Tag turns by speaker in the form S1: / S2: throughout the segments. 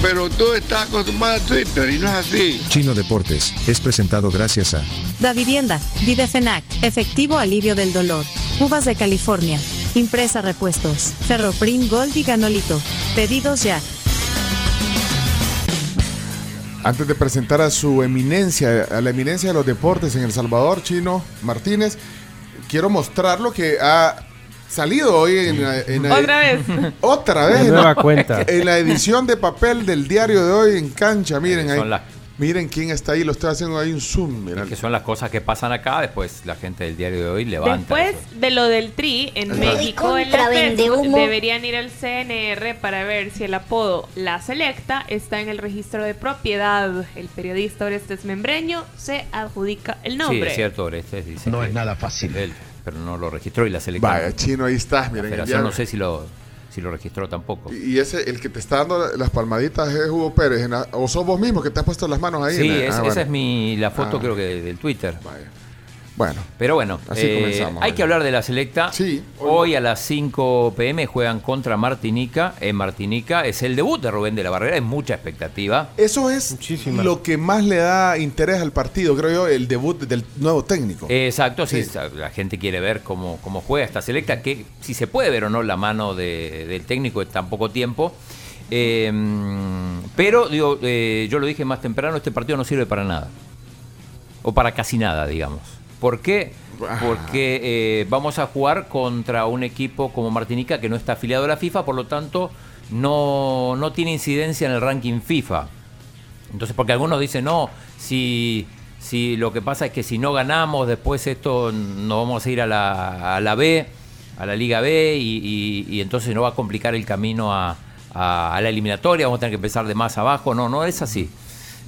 S1: Pero tú estás acostumbrado a Twitter y no es así.
S2: Chino Deportes es presentado gracias a
S3: Da Vivienda, Videfenac, Efectivo Alivio del Dolor, Uvas de California, Impresa Repuestos, Ferroprim Gold y Ganolito. Pedidos ya.
S4: Antes de presentar a su eminencia, a la eminencia de los deportes en El Salvador, Chino Martínez, quiero mostrar lo que ha salido hoy en, la- en la-
S5: Otra vez.
S4: otra vez
S6: De
S4: en
S6: nueva
S4: la,
S6: cuenta.
S4: en la edición de papel del diario de hoy en cancha. Miren ahí.
S7: Son las-
S4: Miren quién está ahí, lo estoy haciendo ahí un zoom. Mirá.
S7: que son las cosas que pasan acá, después la gente del diario de hoy levanta.
S5: Después de lo del tri en
S4: Ajá.
S5: México, en
S8: Contra
S5: las tres,
S8: vendehumo.
S5: deberían ir al CNR para ver si el apodo La Selecta está en el registro de propiedad. El periodista Orestes Membreño se adjudica el
S7: Sí,
S5: nombre.
S7: es cierto, Orestes dice.
S9: No
S7: que-
S9: es nada fácil.
S7: él, pero no lo registró y la selección.
S4: Vaya, Chino, ahí estás,
S7: la
S4: miren. el
S7: federación
S4: diario.
S7: no sé si lo, si lo registró tampoco.
S4: Y ese, el que te está dando las palmaditas es Hugo Pérez. en la- o sos vos mismo que te has puesto las manos ahí.
S7: sí,
S4: en la-
S7: es-
S4: ah, bueno.
S7: esa es mi, la foto
S4: Ah.
S7: creo que del Twitter.
S4: Vaya. Bueno,
S7: Pero bueno,
S4: Así
S7: eh,
S4: comenzamos.
S7: hay que hablar de la selecta.
S4: Sí.
S7: Hoy a las 5 pm juegan contra Martinica. En Martinica es el debut de Rubén de la Barrera, es mucha expectativa.
S4: eso es
S6: Muchísimas.
S4: lo que más le da interés al partido, creo yo, el debut del nuevo técnico.
S7: Eh, Exacto, sí.
S4: Sí.
S7: la gente quiere ver cómo, cómo juega esta selecta, que si se puede ver o no la mano de- del técnico en tan poco tiempo. Eh, pero digo, eh, yo lo dije más temprano, este partido no sirve para nada. O para casi nada, digamos. ¿Por qué? Porque eh, vamos a jugar contra un equipo como Martinica que no está afiliado a la FIFA, por lo tanto no, no tiene incidencia en el ranking FIFA. Entonces, porque algunos dicen, no, si, si lo que pasa es que si no ganamos, después esto nos vamos a ir a la, a la B, a la Liga B, y, y- y entonces no va a complicar el camino a, a- a la eliminatoria, vamos a tener que empezar de más abajo. No, no es así.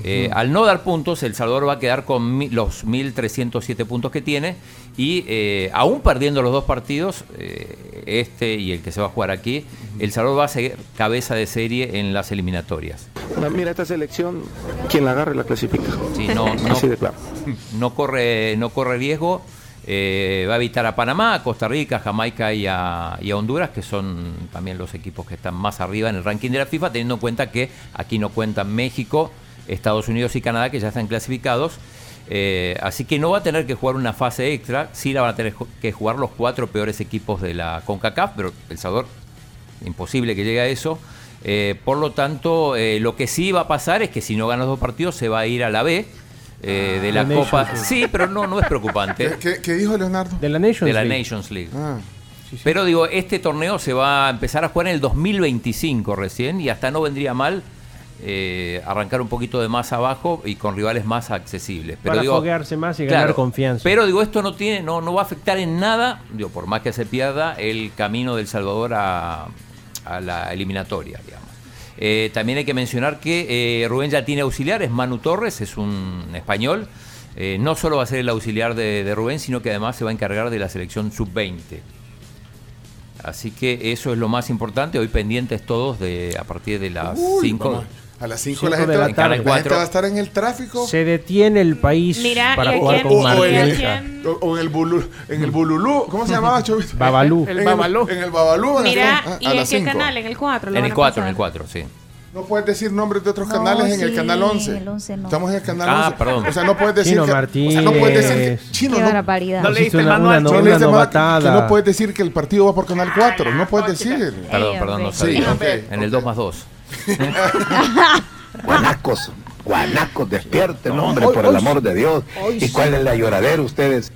S7: Eh, al no dar puntos, El Salvador va a quedar con mi- los 1.307 puntos que tiene y eh, aún perdiendo los dos partidos, eh, este y el que se va a jugar aquí, El Salvador va a seguir cabeza de serie en las eliminatorias.
S10: Mira, esta selección, quien la agarre la clasifica.
S7: Sí, no, no,
S10: Así de claro.
S7: no corre, no corre riesgo. eh, va a evitar a Panamá, a Costa Rica, a Jamaica y a, y a Honduras, que son también los equipos que están más arriba en el ranking de la FIFA, teniendo en cuenta que aquí no cuentan México, Estados Unidos y Canadá, que ya están clasificados. Eh, así que no va a tener que jugar una fase extra, sí la van a tener que jugar los cuatro peores equipos de la CONCACAF, pero El Salvador imposible que llegue a eso. Eh, por lo tanto, eh, lo que sí va a pasar es que si no gana los dos partidos se va a ir a la B eh, de la
S6: la
S7: Copa.
S6: Nations
S7: Sí, pero no, no es preocupante.
S4: ¿Qué, qué- qué dijo Leonardo?
S6: De la Nations.
S7: eh. De la
S6: League.
S7: Nations League.
S4: Ah,
S7: Pero digo, este torneo se va a empezar a jugar en el 2025 recién y hasta no vendría mal eh, arrancar un poquito de más abajo y con rivales más accesibles. Pero
S6: Para
S7: digo,
S6: foguearse más y ganar confianza.
S7: Pero digo, esto no tiene, no, no va a afectar en nada, digo, por más que se pierda, el camino del Salvador a, a la eliminatoria, digamos. Eh, también hay que mencionar que eh, Rubén ya tiene auxiliares, Manu Torres es un español. eh, no solo va a ser el auxiliar de, de Rubén, sino que además se va a encargar de la selección sub-20. Así que eso es lo más importante. Hoy pendientes todos de a partir de las
S4: Uy,
S7: 5.
S4: vamos. A las 5
S6: Cinco
S4: la
S6: de
S4: gente,
S6: la
S4: va-
S6: tarde.
S4: la gente
S7: Cuatro.
S4: va a estar en el tráfico.
S6: Se detiene el país
S5: Mira,
S6: para
S5: y a
S6: jugar
S5: quién-
S4: o,
S6: con
S5: y a
S4: o en el,
S6: Martinica.
S5: quién-
S4: o- o en el bulu- en el bululú. ¿Cómo se llamaba, Chovito?
S6: Babalú.
S4: En El babalú. En el babalú. a las cinco. Ah,
S5: Mira, ¿y
S4: a
S5: en qué
S4: las cinco.
S5: canal? En el 4.
S7: En el 4, en el 4, sí.
S4: No puedes decir nombres de otros
S8: No,
S4: canales en el
S8: sí,
S4: canal 11.
S8: el 11 no.
S4: Estamos en el canal
S7: Ah,
S4: 11.
S7: perdón.
S4: O sea, no puedes decir.
S6: Chino
S4: que- o sea, no puedes decir. que-
S6: Martínez.
S4: Chino,
S8: Qué
S4: no,
S8: barbaridad.
S6: No leíste
S11: el
S6: una,
S11: manual,
S6: una-
S4: no
S6: una
S4: lees de más-
S6: novatada.
S4: que no puedes decir que el partido va por canal 4. No puedes decir.
S7: Perdón,
S8: Ey,
S7: perdón, no
S8: hombre.
S4: Sí,
S7: sabía.
S4: ok,
S7: En el
S4: ok.
S7: 2 más 2.
S9: Guanacos, guanacos, despierten, hombre,
S6: hoy-
S9: por el
S6: hoy-
S9: amor de Dios.
S6: hoy
S9: ¿Y cuál es la lloradera ustedes?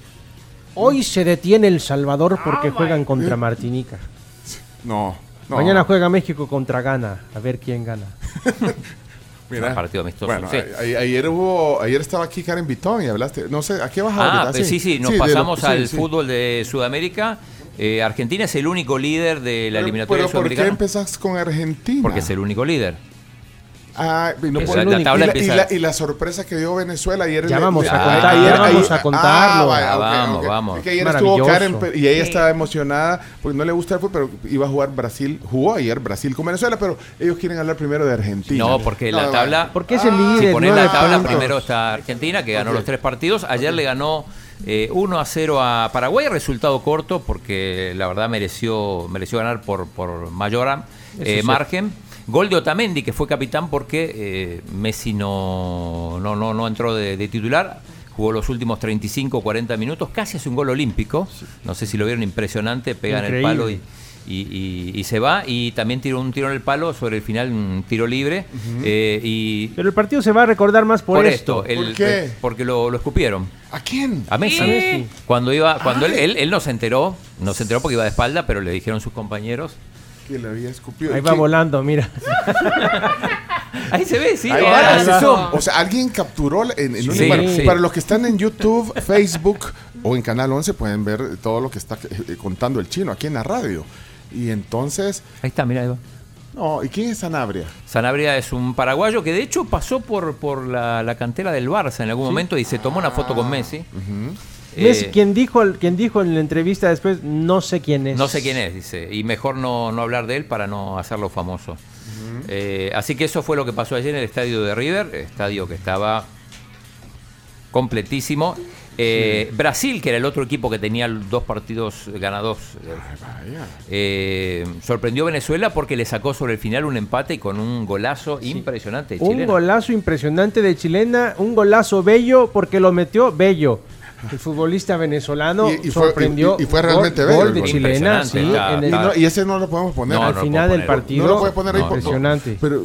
S6: Hoy se detiene El
S5: Ah,
S6: Salvador porque juegan contra Martinica.
S4: No. no.
S6: Mañana juega México contra Ghana. A ver quién gana.
S4: Mira.
S7: Un partido amistoso,
S4: Bueno,
S7: sí.
S4: a- a- ayer, hubo, ayer estaba aquí Karen Vitón y hablaste. No sé, ¿a qué vas
S7: Ah,
S4: ahorita?
S7: pues sí, sí, nos
S4: de lo-
S7: pasamos
S4: sí,
S7: al
S4: sí.
S7: fútbol de Sudamérica. Eh, Argentina es el único líder de la
S4: Pero-
S7: eliminatoria
S4: pero ¿por qué
S7: sudamericana.
S4: empezás con Argentina?
S7: Porque es el único líder.
S4: Ah, y no
S7: Esa,
S4: puedo-
S7: la
S4: y
S7: tabla
S4: y
S7: empieza-
S4: y y la sorpresa que dio Venezuela ayer.
S6: Ya
S4: le-
S6: vamos a
S4: le-
S6: contar, ya vamos a
S4: ah,
S6: contarlo.
S4: vaya,
S7: Ah,
S4: ok,
S7: vamos,
S4: ok.
S7: vamos.
S4: Es que ayer estuvo Karen
S6: Maravilloso.
S4: pe- y ella estaba emocionada porque no le gusta el fútbol, pero iba a jugar Brasil. Jugó ayer Brasil con Venezuela, pero ellos quieren hablar primero de Argentina.
S7: No, porque la
S4: No,
S7: tabla.
S6: Porque es el líder.
S7: Si pones
S6: no
S7: la
S6: de
S7: tabla,
S6: tantos.
S7: primero está Argentina, que ganó los tres partidos. Ayer le ganó eh, 1 a 0 a Paraguay, resultado corto, porque la verdad mereció, mereció ganar por, por mayor am- eh, margen. Gol de Otamendi, que fue capitán porque eh, Messi no, no, no, no entró de, de titular. Jugó los últimos 35, 40 minutos, casi hace un gol olímpico. No sé si lo vieron impresionante, pega en el
S6: Increíble.
S7: palo y, y, y- y se va. Y también tiró un tiro en el palo sobre el final, un tiro libre. Eh, y
S6: Pero el partido se va a recordar más por,
S7: por, esto, el-
S4: ¿Por qué?
S7: eh, porque lo, lo escupieron
S4: ¿A quién?
S7: a Messi.
S5: A
S6: Messi.
S7: Cuando iba, cuando él, él, él no se enteró, no se enteró porque iba de espalda, pero le dijeron sus compañeros.
S4: Que le había
S7: eh.
S4: escupido.
S6: Ahí
S4: ¿Y
S6: va
S4: quién?
S6: volando, mira.
S7: Ahí se ve, sí.
S4: Ahí
S7: ahora
S4: va,
S7: hace
S4: ahí va.
S7: zoom.
S4: O sea, alguien capturó la- en, en un
S7: Sí,
S4: lugar.
S7: sí.
S4: Para los que están en YouTube, Facebook o en Canal 11 pueden ver todo lo que está eh, contando el chino aquí en la radio. Y entonces,
S7: Ahí está, mira, ahí va.
S4: no, ¿y quién es Sanabria?
S7: Sanabria es un paraguayo que de hecho pasó por, por la, la cantera del Barça en algún momento y se tomó una foto con Messi. Eh,
S6: Messi, quien dijo, el- quien dijo en la entrevista después, no sé quién es.
S7: No sé quién es, dice. Y mejor no, no hablar de él para no hacerlo famoso. Eh, así que eso fue lo que pasó ayer en el estadio de River, estadio que estaba completísimo. Eh, Brasil, que era el otro equipo que tenía dos partidos ganados, eh,
S4: Ah,
S7: eh, sorprendió a Venezuela porque le sacó sobre el final un empate y con un golazo impresionante. de
S6: Un
S7: chilena.
S6: golazo impresionante de chilena, un golazo bello porque lo metió bello. El futbolista venezolano
S4: Y- y fue-
S6: sorprendió.
S4: y- y fue realmente
S6: gol,
S4: bello
S6: gol
S4: el
S6: de
S4: gol.
S6: chilena, sí,
S7: Impresionante,
S6: en
S4: Y,
S6: el-
S7: está-
S4: no- y ese no lo podemos poner.
S7: No,
S4: No,
S6: al
S7: lo
S6: final
S7: puedo
S6: del
S7: poner.
S6: partido.
S4: lo puede poner ahí
S7: No,
S4: por-
S6: impresionante.
S4: Pero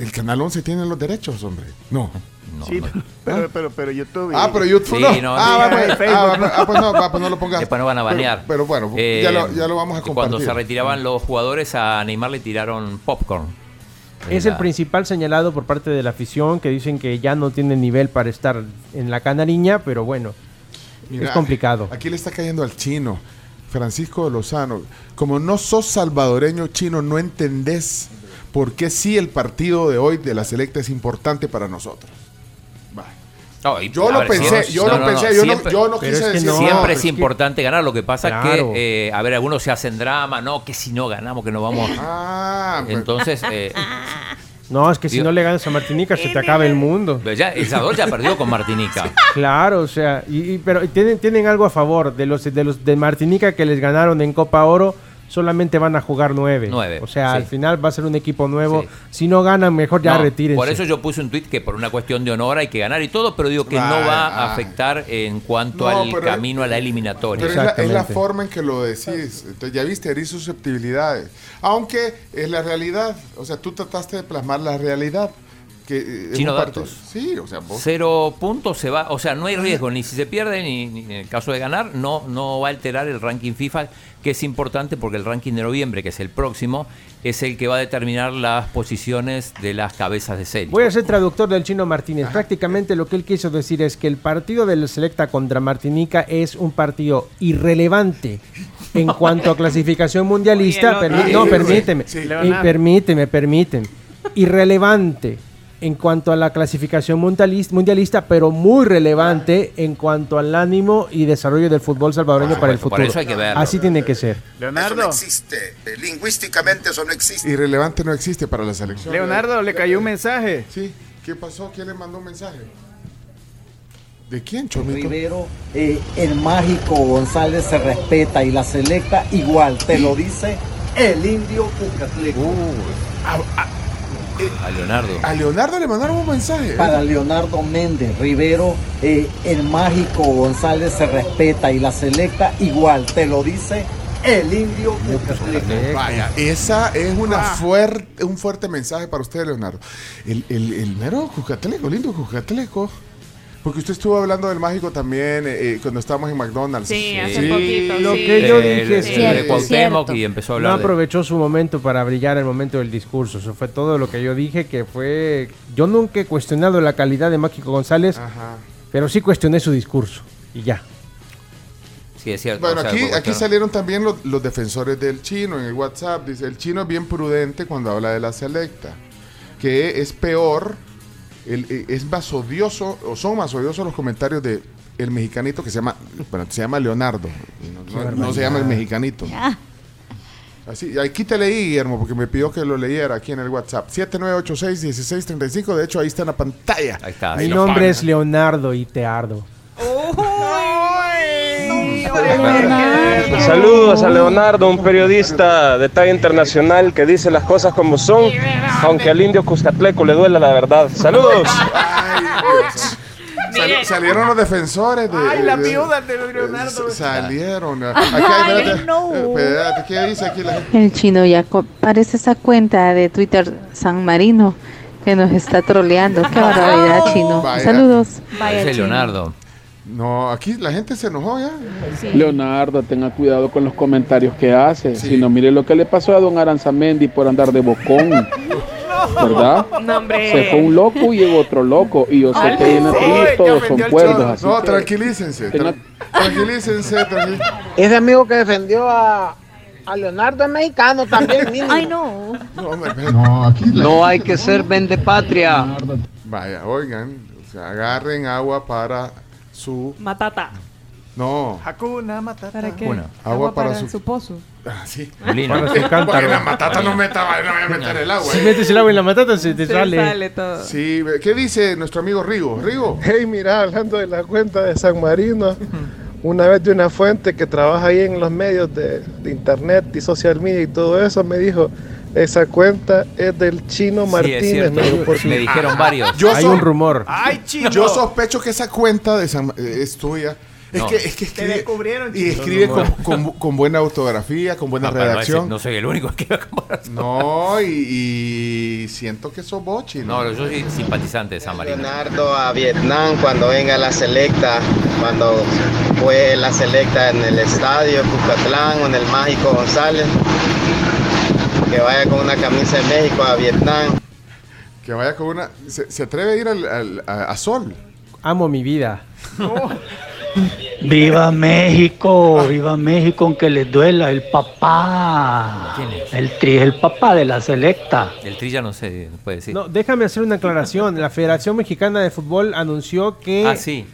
S4: el Canal 11 tiene los derechos, hombre. No.
S7: No,
S12: Sí,
S7: no.
S12: pero, pero, pero YouTube. y-
S4: Ah, pero YouTube
S7: Sí,
S4: no.
S7: no,
S4: ah,
S7: no.
S4: va, pues, ah, va, pues, ah, pues no, va, pues no lo pongas.
S7: Después nos van a
S4: Pero-
S7: banear.
S4: Pero, bueno,
S7: Eh,
S4: ya, lo, ya lo vamos a compartir.
S7: Cuando se retiraban los jugadores, a Neymar le tiraron popcorn.
S6: Es
S7: Era-
S6: el principal señalado por parte de la afición que dicen que ya no tiene nivel para estar en la canariña, pero bueno,
S4: Mira,
S6: es complicado.
S4: Aquí le está cayendo al chino, Francisco Lozano. Como no sos salvadoreño chino, no entendés por qué sí el partido de hoy de la selecta es importante para nosotros. Va.
S7: No, y-
S4: Yo
S7: a
S4: lo
S7: ver,
S4: pensé,
S7: si-
S4: yo
S7: no,
S4: lo
S7: no, no,
S4: pensé, yo,
S7: siempre-
S4: no, yo no quise
S6: pero es que
S4: decir
S6: no.
S7: Siempre
S4: nada.
S7: es
S6: que-
S7: importante ganar, lo que pasa
S6: Claro.
S7: que, eh, a ver, algunos se hacen drama, no, que si no ganamos, que no vamos.
S4: Ah, pero-
S7: Entonces, eh,
S6: No, es que si
S7: Digo-
S6: no le ganas a Martinica se te acaba el mundo.
S7: pues ya, El Salvador ya perdió con Martinica.
S6: Claro, o sea, y, y- pero tienen, tienen algo a favor de los de los de Martinica que les ganaron en Copa Oro. Solamente van a jugar nueve.
S7: Nueve,
S6: O sea,
S7: sí.
S6: al final va a ser un equipo nuevo.
S7: Sí.
S6: Si no ganan, mejor ya
S7: No,
S6: retírense.
S7: Por eso yo puse un tuit que por una cuestión de honor hay que ganar y todo, pero digo que
S4: Ay,
S7: no va a
S4: ay.
S7: afectar en cuanto
S4: No,
S7: al
S4: pero-
S7: camino a la eliminatoria.
S4: pero es la, es la
S6: Exactamente.
S4: forma en que lo decís. Entonces, ya viste, eres susceptibilidades. Aunque es la realidad. O sea, tú trataste de plasmar la realidad. Que, eh, es
S7: Chino
S4: un partido-
S7: datos.
S4: Sí, o sea, vos.
S7: Cero puntos se va, o sea, no hay riesgo, ni si se pierde, ni, ni en el caso de ganar, no, no va a alterar el ranking FIFA, que es importante porque el ranking de noviembre, que es el próximo, es el que va a determinar las posiciones de las cabezas de serie.
S6: Voy a ser traductor del chino Martínez. Prácticamente lo que él quiso decir es que el partido del Selecta contra Martinica es un partido irrelevante en cuanto a clasificación mundialista.
S5: Oye, el
S6: Permi-
S5: otro.
S6: no,
S4: Sí, sí,
S6: permíteme.
S4: sí.
S6: Eh,
S12: Le ganaron.
S6: permíteme, permíteme. Irrelevante en cuanto a la clasificación mundialis- mundialista, pero muy relevante en cuanto al ánimo y desarrollo del fútbol salvadoreño
S7: Por
S6: para el
S7: supuesto, por
S6: futuro.
S7: eso hay que verlo.
S6: Así tiene que ser.
S12: Leonardo,
S9: existe. Eh, Lingüísticamente eso no existe.
S4: Irrelevante no existe para la selección.
S12: Leonardo, le cayó un mensaje.
S4: Sí, ¿qué pasó? ¿Quién le mandó un mensaje? ¿De quién, Chomito?
S8: eh, el mágico González se respeta y la selecta igual, te lo dice el indio Cucatleco.
S7: A Leonardo.
S4: A Leonardo le mandaron un mensaje.
S8: Para Leonardo Méndez Rivero, eh, el mágico González se respeta y la selecta igual, te lo dice el indio Cucatleco.
S4: Vaya, esa es una fuerte, un fuerte mensaje para usted, Leonardo. El, el, el mero Cuscatleco, lindo Cuscatleco. Porque usted estuvo hablando del mágico también eh, eh, cuando estábamos en McDonald's.
S5: Sí, hace
S4: Sí.
S5: poquito.
S6: lo
S5: sí.
S6: que yo
S7: El-
S6: dije
S7: el
S6: sí.
S7: de
S4: Cierto,
S7: Cuauhtémoc
S13: cierto.
S7: y empezó a
S6: No
S7: hablar. de-
S6: aprovechó su momento para brillar el momento del discurso. Eso fue todo lo que yo dije, que fue... Yo nunca he cuestionado la calidad de Mágico González,
S4: Ajá.
S6: pero sí cuestioné su discurso. Y ya.
S7: Sí, es cierto.
S4: Bueno,
S7: o sea,
S4: aquí,
S7: por
S4: aquí
S7: cuestión-
S4: salieron también los, los defensores del chino en el WhatsApp. Dice, el chino es bien prudente cuando habla de la selecta. que es peor, el- eh, es más odioso, o son más odiosos los comentarios de el mexicanito que se llama, bueno, se llama Leonardo, no- no, no se llama el mexicanito. Así, ahí quítale ahí, Guillermo, porque me pidió que lo leyera aquí en el WhatsApp. 7986-1635, de hecho ahí está en la pantalla.
S7: Ahí está.
S6: Mi nombre es Leonardo y te ardo.
S13: Saludos a Leonardo, un periodista de talla internacional que dice las cosas como son, aunque al indio Cuscatleco le duela la verdad. Saludos.
S4: Sali- salieron los defensores de.
S12: Ay, la
S4: de-
S12: viuda de Leonardo.
S4: sa- Salieron. Aquí,
S12: Ah. Ay,
S4: espérate,
S12: no.
S4: espérate, ¿qué dice aquí la gente?
S14: El chino ya co- parece esa cuenta de Twitter San Marino que nos está troleando. Qué barbaridad, chino.
S4: Vaya.
S14: Saludos.
S7: Ese Leonardo.
S4: No, aquí la gente se enojó ya.
S15: Leonardo, tenga cuidado con los comentarios que hace. Si no, mire lo que le pasó a don Aranzamendi por andar de bocón. ¿Verdad?
S5: No, hombre.
S15: Se fue un loco y llegó otro loco. Y yo sé que ahí en el río todos son cuerdos. así
S4: No,
S15: que-
S4: tranquilícense. tra- tranquilícense, tranqui-
S16: Ese amigo que defendió a, a Leonardo es mexicano también. Ay, no.
S4: No, aquí la gente
S17: hay
S4: se
S17: que
S4: enojó.
S17: ser vendepatria.
S4: Vaya, oigan, o sea, agarren agua para su.
S5: Matata.
S4: No,
S12: Hakuna Matata.
S5: ¿Para qué?
S4: Bueno, agua para su-
S5: pozo.
S4: Ah, sí.
S7: Molina.
S4: Para su
S6: cántaro.
S4: la matata no meta, no voy a meter el agua.
S6: Si
S4: eh.
S6: metes el agua en la matata, se te sale.
S5: todo.
S4: Sí, ¿qué dice nuestro amigo Rigo? Rigo.
S18: Hey, mira, hablando de la cuenta de San Marino, una vez de una fuente que trabaja ahí en los medios de, de internet y social media y todo eso, me dijo, esa cuenta es del chino Martínez. me dijo, por
S7: Me
S18: fin.
S6: Ah,
S7: dijeron varios.
S4: Yo soy-
S6: rumor.
S12: Ay, chino.
S4: Yo sospecho que esa cuenta de San- eh, es tuya. Es
S7: No.
S4: que, es
S12: Te
S4: que escribe-
S12: descubrieron,
S4: y
S12: chino.
S4: escribe
S7: No,
S4: con,
S7: no.
S4: con- con buena autografía, con buena
S7: No, pero
S4: redacción.
S7: ese- No soy el único que iba a comparar.
S4: No, y, y siento que sos bochi.
S7: No, yo soy simpatizante de San Marino.
S19: Leonardo a Vietnam cuando venga la selecta, cuando fue la selecta en el estadio Cucatlán o en el Mágico González, que vaya con una camisa de México a Vietnam.
S4: Que vaya con una. Se, se atreve a ir al, al- a, a Sol.
S6: Amo mi vida.
S17: Viva México, viva México, aunque les duela el papá. El tri es el papá de la selecta.
S7: El trilla no sé, no puede decir.
S6: No, déjame hacer una aclaración. La Federación Mexicana de Fútbol anunció que,
S7: Ah, sí.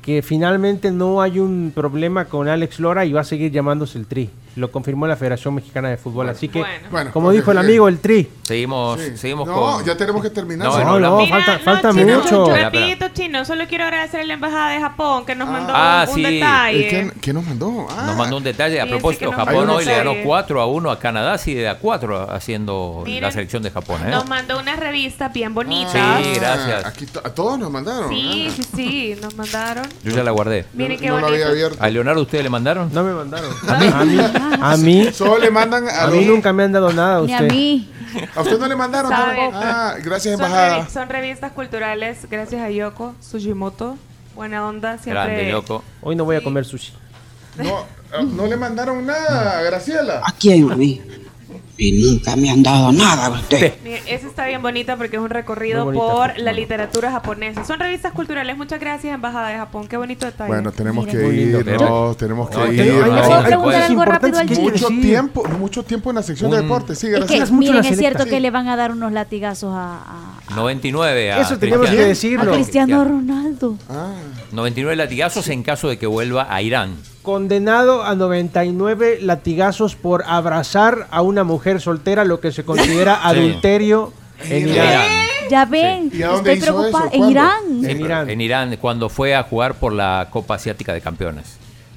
S6: que finalmente no hay un problema con Alex Lora y va a seguir llamándose el Tri. Lo confirmó la Federación Mexicana de Fútbol. Así que,
S4: Bueno.
S6: como
S4: Bueno,
S6: dijo el
S4: ok.
S6: amigo, el Tri.
S7: Seguimos, seguimos
S4: No,
S7: con.
S4: ya tenemos que terminar.
S7: No,
S6: No,
S7: no,
S6: no,
S7: la-
S6: Oh, falta, falta
S7: chino,
S6: mucho.
S7: chino,
S6: Espera, espera.
S5: Rapidito, chino, solo quiero agradecer a la Embajada de Japón que nos mandó
S7: Ah,
S5: un
S7: sí.
S5: detalle.
S4: ¿Qué, qué nos mandó? Ah,
S7: Nos mandó un detalle. A
S5: Fíjense
S7: propósito,
S5: que nos
S7: Japón
S5: mandó un
S7: hoy le ganó
S5: detalle.
S7: 4 a 1 a Canadá, sigue de a 4 haciendo
S5: Miren,
S7: la selección de Japón. ¿eh?
S5: Nos mandó unas revistas bien bonitas.
S4: ah,
S7: Sí, gracias.
S4: Aquí to- a todos nos mandaron.
S5: Sí,
S4: ah.
S5: sí, sí, nos mandaron.
S7: Yo ya la guardé.
S5: Miren qué
S4: no lo
S5: bonito.
S4: había abierto.
S7: ¿A Leonardo ustedes le mandaron?
S6: No me mandaron. A mí, a mí,
S4: Solo le mandan a,
S6: a mí
S4: los-
S6: nunca me han dado nada a usted.
S4: mí. ¿A usted no le mandaron?
S5: ¿Sabe?
S4: Ah, gracias,
S5: Son
S4: embajada.
S5: revi- Son revistas culturales, gracias a Yoko, Sugimoto. Buena onda, siempre.
S7: Grande, loco.
S6: Hoy no voy a comer sushi.
S4: No, ah, no le mandaron nada, Graciela.
S20: ¿A quién, a mí? Y nunca me han dado nada a usted.
S5: Mire, Esa está bien bonita porque es un recorrido
S20: Muy bonita,
S5: por
S20: muy
S5: la literatura japonesa. Son revistas culturales. Muchas gracias, Embajada de Japón. Qué bonito detalle.
S4: Bueno, tenemos
S5: Miren.
S4: que
S7: Muy lindo,
S4: irnos, tenemos que
S7: No,
S4: ir.
S7: te-
S4: irnos.
S7: Ay, ¿le puedo
S4: Hay
S21: preguntar
S4: cosas
S21: algo rápido
S4: importantes
S21: al
S4: que-
S21: chino?
S4: Mucho
S21: Sí.
S4: tiempo, mucho tiempo en la sección de deportes. Sí,
S21: Es
S4: gracias.
S21: que, miren, es cierto que le van a dar unos latigazos a, a-
S7: 99 a
S6: Eso teníamos
S7: Cristiano.
S6: que
S21: a
S6: decirlo.
S21: Cristiano Ronaldo.
S7: 99 latigazos en caso de que vuelva a Irán.
S6: Condenado a 99 latigazos por abrazar a una mujer soltera, lo que se considera
S7: Sí.
S6: adulterio en Irán.
S21: Ya ven,
S4: ¿Y a dónde
S21: estoy
S4: hizo
S21: preocupada.
S4: eso?
S21: En
S4: ¿Cuándo?
S21: Irán.
S7: En Irán. En Irán, cuando fue a jugar por la Copa Asiática de Campeones.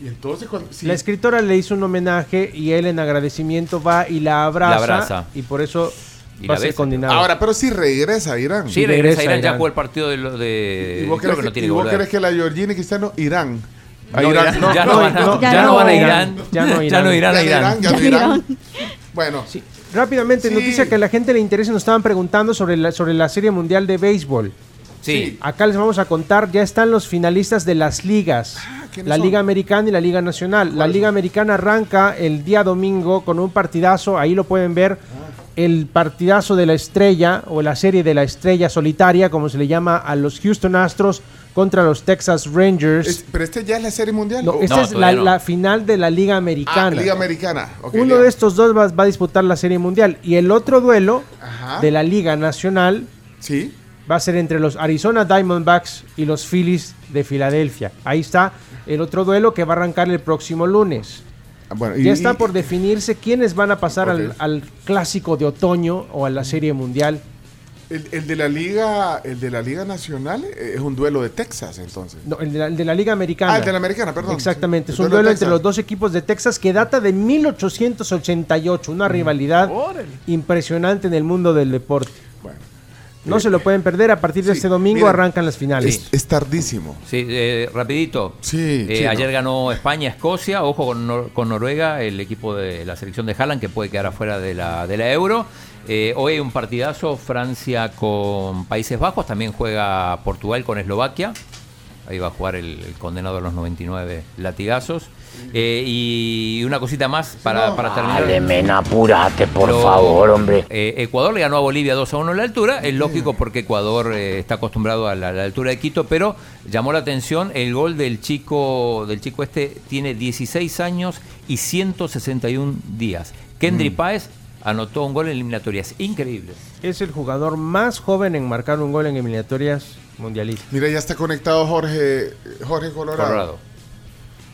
S4: Y entonces, cuando- sí.
S6: La escritora le hizo un homenaje y él en agradecimiento va y la abraza.
S7: La abraza.
S6: Y por eso
S7: Y
S6: va a
S7: la
S6: ser
S7: besa.
S6: condenado.
S4: Ahora, pero si regresa a Irán.
S7: Sí, eh, regresa a Irán, ya jugó el partido de... lo- de
S4: ¿Y vos crees
S7: creo que
S4: que,
S7: no tiene
S4: y
S7: que
S4: vos
S7: volver.
S4: crees que la Georgina y Cristiano irán? A
S7: No,
S4: Irán.
S7: Irán, ya no van a- ya no van a Irán.
S6: Ya no
S7: Ya no irán
S4: Ya
S7: a
S4: no
S7: Irán.
S4: irán, ya no
S7: Ya
S4: irán. Bueno,
S6: Rápidamente,
S4: Sí.
S6: noticia que a la gente le interesa, nos estaban preguntando sobre la, sobre la Serie Mundial de Béisbol.
S7: Sí.
S6: Acá les vamos a contar, ya están los finalistas de las ligas.
S7: Ah, ¿quiénes
S6: La
S7: son?
S6: Liga Americana y la Liga Nacional. La Liga Americana arranca el día domingo con un partidazo, ahí lo pueden ver, el partidazo de la estrella o la serie de la estrella solitaria, como se le llama a los Houston Astros contra los Texas Rangers.
S4: Es- pero este ya es la serie mundial.
S6: No,
S4: ¿o?
S6: esta es la, la final de la Liga Americana.
S4: Ah, Liga Americana. ok,
S6: Uno
S4: Liga-
S6: de estos dos va, va a disputar la Serie Mundial. Y el otro duelo
S4: Ajá.
S6: de la Liga Nacional va a ser entre los Arizona Diamondbacks y los Phillies de Filadelfia. Ahí está el otro duelo que va a arrancar el próximo lunes.
S4: Ah, Bueno, y-
S6: ya está por definirse quiénes van a pasar al-
S4: Ok.
S6: al, clásico de otoño o a la Serie Mundial.
S4: El, el de la liga, el de la liga nacional eh, es un duelo de Texas, entonces.
S6: No, el de la, el de la Liga Americana.
S4: Ah, el de la Americana, perdón.
S6: Exactamente.
S4: Sí,
S6: Es un
S4: el duelo
S6: duelo
S4: de
S6: entre
S4: Texas.
S6: los dos equipos de Texas que data de 1888.
S4: Mm.
S6: Una rivalidad impresionante en el mundo del deporte. No
S4: eh,
S6: se lo pueden perder. A partir de este domingo
S7: mira,
S6: arrancan las finales.
S7: es-
S4: es tardísimo.
S7: Sí, eh, rapidito. Eh,
S4: sí, no.
S7: ayer ganó España, Escocia, ojo con, Nor- con Noruega, el equipo de la selección de Haaland que puede quedar afuera de la, de la Euro. Eh, hoy hay un partidazo, Francia con Países Bajos, también juega Portugal con Eslovaquia. Ahí va a jugar el, el condenado a los 99 latigazos. Eh, y una cosita más para, para terminar.
S1: Dale, men, apurate, por
S7: Lo-
S1: favor, hombre.
S7: Eh, Ecuador le ganó a Bolivia 2 a 1 en la altura. Es lógico porque Ecuador eh, está acostumbrado a la, la altura de Quito, pero llamó la atención el gol del chico, del chico este, tiene 16 años y 161 días. Kendry
S1: Mm.
S7: Páez anotó un gol en eliminatorias. Increíble.
S6: Es el jugador más joven en marcar un gol en eliminatorias mundialistas.
S4: Mira, ya está conectado Jorge, Jorge Colorado.
S7: Colorado.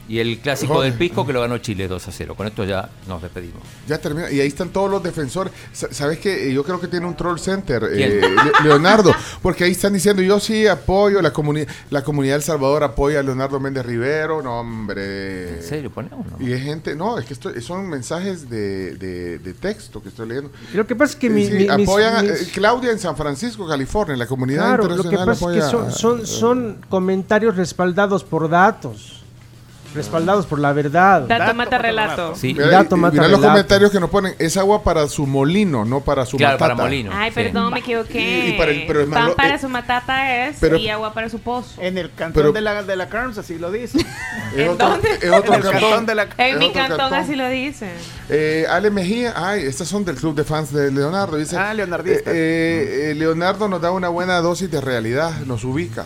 S7: Y el clásico
S4: Joder.
S7: del Pisco que lo ganó Chile 2 a 0. Con esto ya nos despedimos.
S4: Ya termina. Y ahí están todos los defensores. Sa- ¿Sabes qué? Eh, Yo creo que tiene un troll center,
S7: ¿Quién?
S4: eh, Le- Leonardo. Porque ahí están diciendo, yo sí apoyo, la, comuni- la comunidad del Salvador apoya a Leonardo Méndez Rivero. No, hombre. ¿En
S7: serio? ¿Ponemos?
S4: Y es gente, no, es que esto, son mensajes de, de- de texto que estoy leyendo.
S6: Lo que pasa es que
S4: Eh,
S6: mi-
S4: sí,
S6: mi- mis-
S4: apoyan a-
S6: mis-
S4: eh, Claudia en San Francisco, California, la comunidad
S6: Claro, lo
S4: internacional
S6: que pasa es que
S4: apoya
S6: son,
S4: a- eh,
S6: son, son comentarios respaldados por datos. Respaldados por la verdad.
S5: Dato mata relato.
S4: Mira,
S6: Dato
S4: y- y
S6: mata
S4: mira los
S6: relato.
S4: comentarios que nos ponen. Es agua para su molino, no para su
S7: Claro, para
S4: matata.
S7: molino.
S5: Ay, perdón, me equivoqué.
S4: Y- y para el- pero es
S5: Pan
S4: malo-
S5: para
S4: eh,
S5: su matata es
S4: pero- Eh,
S5: y agua para su pozo.
S12: En el cantón
S4: Pero-
S12: de la, de la Carms, así lo dice.
S4: Es otro- es otro
S12: en el
S4: cantón.
S12: cantón de la
S4: Es
S5: En mi
S4: otro
S5: cantón
S4: cantón.
S5: así lo dicen.
S4: Eh, Ale Mejía, ay, estas son del club de fans de Leonardo. Dice,
S12: Ah, leonardista.
S4: eh, eh, eh, Leonardo nos da una buena dosis de realidad, nos ubica.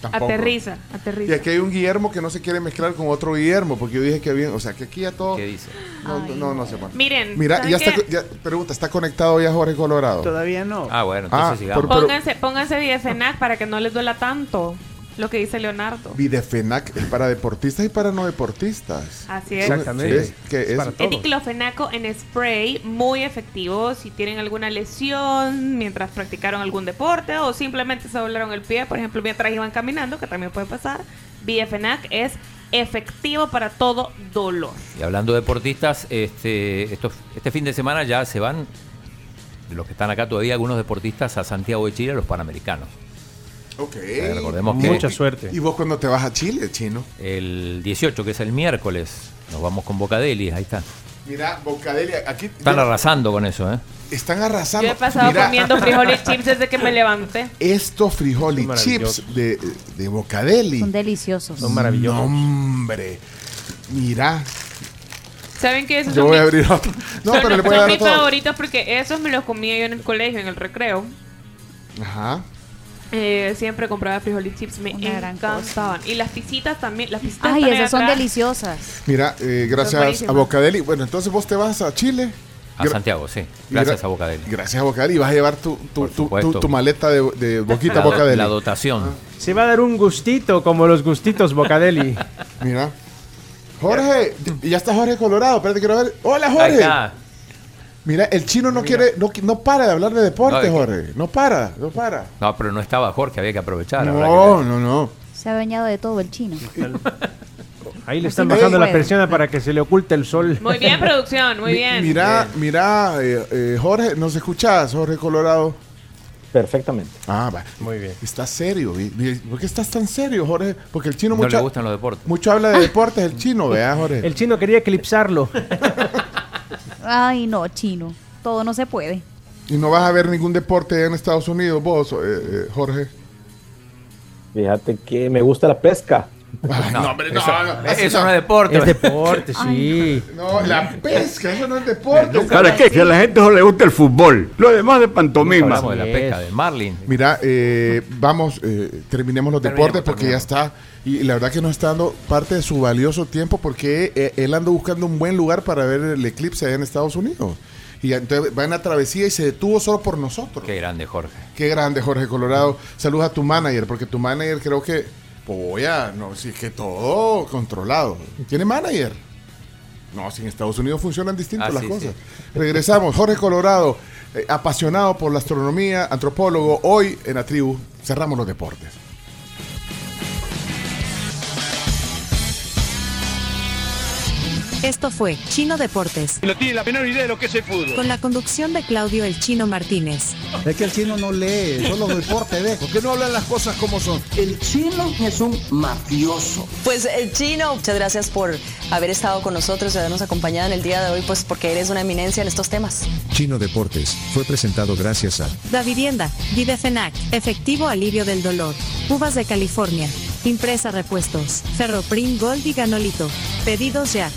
S4: Tampoco.
S5: Aterriza, aterriza.
S4: Y aquí hay un Guillermo que no se quiere mezclar con otro Guillermo, porque yo dije que bien, o sea, que aquí ya todo.
S7: ¿Qué dice?
S4: No, no, no, no se pone.
S5: Miren,
S4: Mira,
S5: ¿saben
S4: ya está,
S5: qué?
S4: ya- pregunta, ¿está conectado ya Jorge Colorado?
S12: Todavía no.
S7: Ah, bueno,
S4: entonces Ah, sigamos.
S7: entonces sigamos.
S4: por- pero-
S5: pónganse, pónganse Videfenac para que no les duela tanto lo que dice Leonardo.
S4: Videfenac es para deportistas y para no deportistas.
S5: Así es.
S6: Exactamente.
S4: Es que es-
S5: El diclofenaco en spray, muy efectivo si tienen alguna lesión mientras practicaron algún deporte o simplemente se doblaron el pie, por ejemplo, mientras iban caminando, que también puede pasar. Videfenac es efectivo para todo dolor.
S7: Y hablando de deportistas, este, estos- este fin de semana ya se van, los que están acá todavía, algunos deportistas a Santiago de Chile, a los Panamericanos.
S4: Ok.
S7: Eh, recordemos que- Mucha suerte.
S4: ¿Y vos cuando te vas a Chile, chino?
S7: El 18, que es el miércoles, nos vamos con Bocadelis, ahí está.
S4: Mira, Bocadeli, aquí
S7: Están arrasando con eso, ¿eh?
S4: están arrasando.
S5: Yo he pasado
S4: Mira,
S5: comiendo frijoles chips desde que me levanté.
S4: Estos frijoles
S6: Son
S4: chips de, de Bocadeli.
S21: Son deliciosos.
S6: Son maravillosos.
S4: No, hombre. Mira,
S5: ¿Saben qué? Esos
S4: yo
S5: son
S4: voy a
S5: mis-
S4: abrir otro. No,
S5: son-
S4: pero le voy a
S5: son
S4: dar
S5: mis
S4: otro.
S5: favoritos porque esos me los comía yo en el colegio, en el recreo.
S4: Ajá.
S5: Eh, siempre compraba frijoles chips, me
S21: Una gran
S5: encantaban. Y las pisitas también, las pisitas
S21: Ay,
S5: también
S21: esas son
S5: atrás.
S21: deliciosas.
S4: Mira, eh, gracias a
S21: buenísimas.
S4: Bocadeli. Bueno, entonces vos te vas a Chile.
S7: A
S4: Gra-
S7: Santiago, sí.
S4: Mira-
S7: Gracias a Bocadelis.
S4: Gracias a Bocadeli. Vas a llevar tu, tu, tu,
S7: supuesto.
S4: tu- tu maleta de, de boquita
S7: La,
S4: a Bocadeli.
S7: la dotación.
S6: Se va a dar un gustito como los gustitos Bocadeli.
S4: Mira. Jorge, y ya está Jorge Colorado. Espérate, quiero ver. Hola, Jorge.
S7: Ahí está.
S4: Mira, el chino no quiere, no, no para de hablar de
S7: No,
S4: deporte,
S7: es que-
S4: Jorge. No para, no para.
S7: No, pero no estaba Jorge, había que aprovechar. habrá que ver.
S4: No, no, no.
S21: Se ha bañado de todo el chino.
S6: Ahí le están
S21: Así no
S6: bajando
S21: se
S6: la
S21: puede.
S6: persiana para que se le oculte el sol.
S5: Muy bien, producción, muy
S4: Mi-
S5: bien.
S4: Mira, mira, eh, eh, Jorge, ¿nos escuchás, Jorge Colorado?
S22: Perfectamente.
S4: Ah, va. Muy bien. Estás serio. vi- vi- ¿Por qué estás tan serio, Jorge? Porque el chino
S7: No
S4: mucho,
S7: le gustan los deportes.
S4: mucho habla de deportes, el chino, vea, Jorge.
S6: El chino quería eclipsarlo.
S21: Ay, no, chino. Todo no se puede.
S4: Y no vas a ver ningún deporte en Estados Unidos, vos, eh, eh, Jorge.
S22: Fíjate que me gusta la pesca.
S4: Ay, no, hombre, no,
S7: eso,
S4: no.
S7: eso no es deporte.
S6: Es deporte, sí.
S4: No, la pesca, eso no es deporte.
S2: ¿Para qué? Que a la gente no le gusta el fútbol. Lo demás de pantomima.
S7: Hablamos de la pesca, del marlin.
S4: Mira, eh, vamos, eh, terminemos los deportes porque ya está. Y la verdad que nos está dando parte de su valioso tiempo porque eh, él anda buscando un buen lugar para ver el eclipse allá en Estados Unidos. Y entonces va en la travesía y se detuvo solo por nosotros.
S7: Qué grande, Jorge.
S4: Qué grande, Jorge Colorado. Saludos a tu manager, porque tu manager creo que. Polla, no, si es que todo controlado. ¿Tiene manager? No, si en Estados Unidos funcionan distintas
S7: Ah,
S4: las
S7: sí,
S4: cosas. Regresamos. Jorge Colorado, eh, apasionado por la astronomía, antropólogo, hoy en la tribu. Cerramos los deportes.
S3: Esto fue Chino Deportes,
S22: No tiene la menor idea de lo que es el fútbol.
S3: con la conducción de Claudio El Chino Martínez.
S23: Es que el chino no lee, solo deporte, ¿ves? ¿Por qué no hablan las cosas como son? El chino es un mafioso.
S24: Pues el chino, muchas gracias por haber estado con nosotros y habernos acompañado en el día de hoy, pues porque eres una eminencia en estos temas.
S25: Chino Deportes fue presentado gracias a
S3: Da Vivienda, Videfenac, Efectivo Alivio del Dolor, Uvas de California, Impresa Repuestos, Ferroprim Gold y Ganolito. Pedidos ya,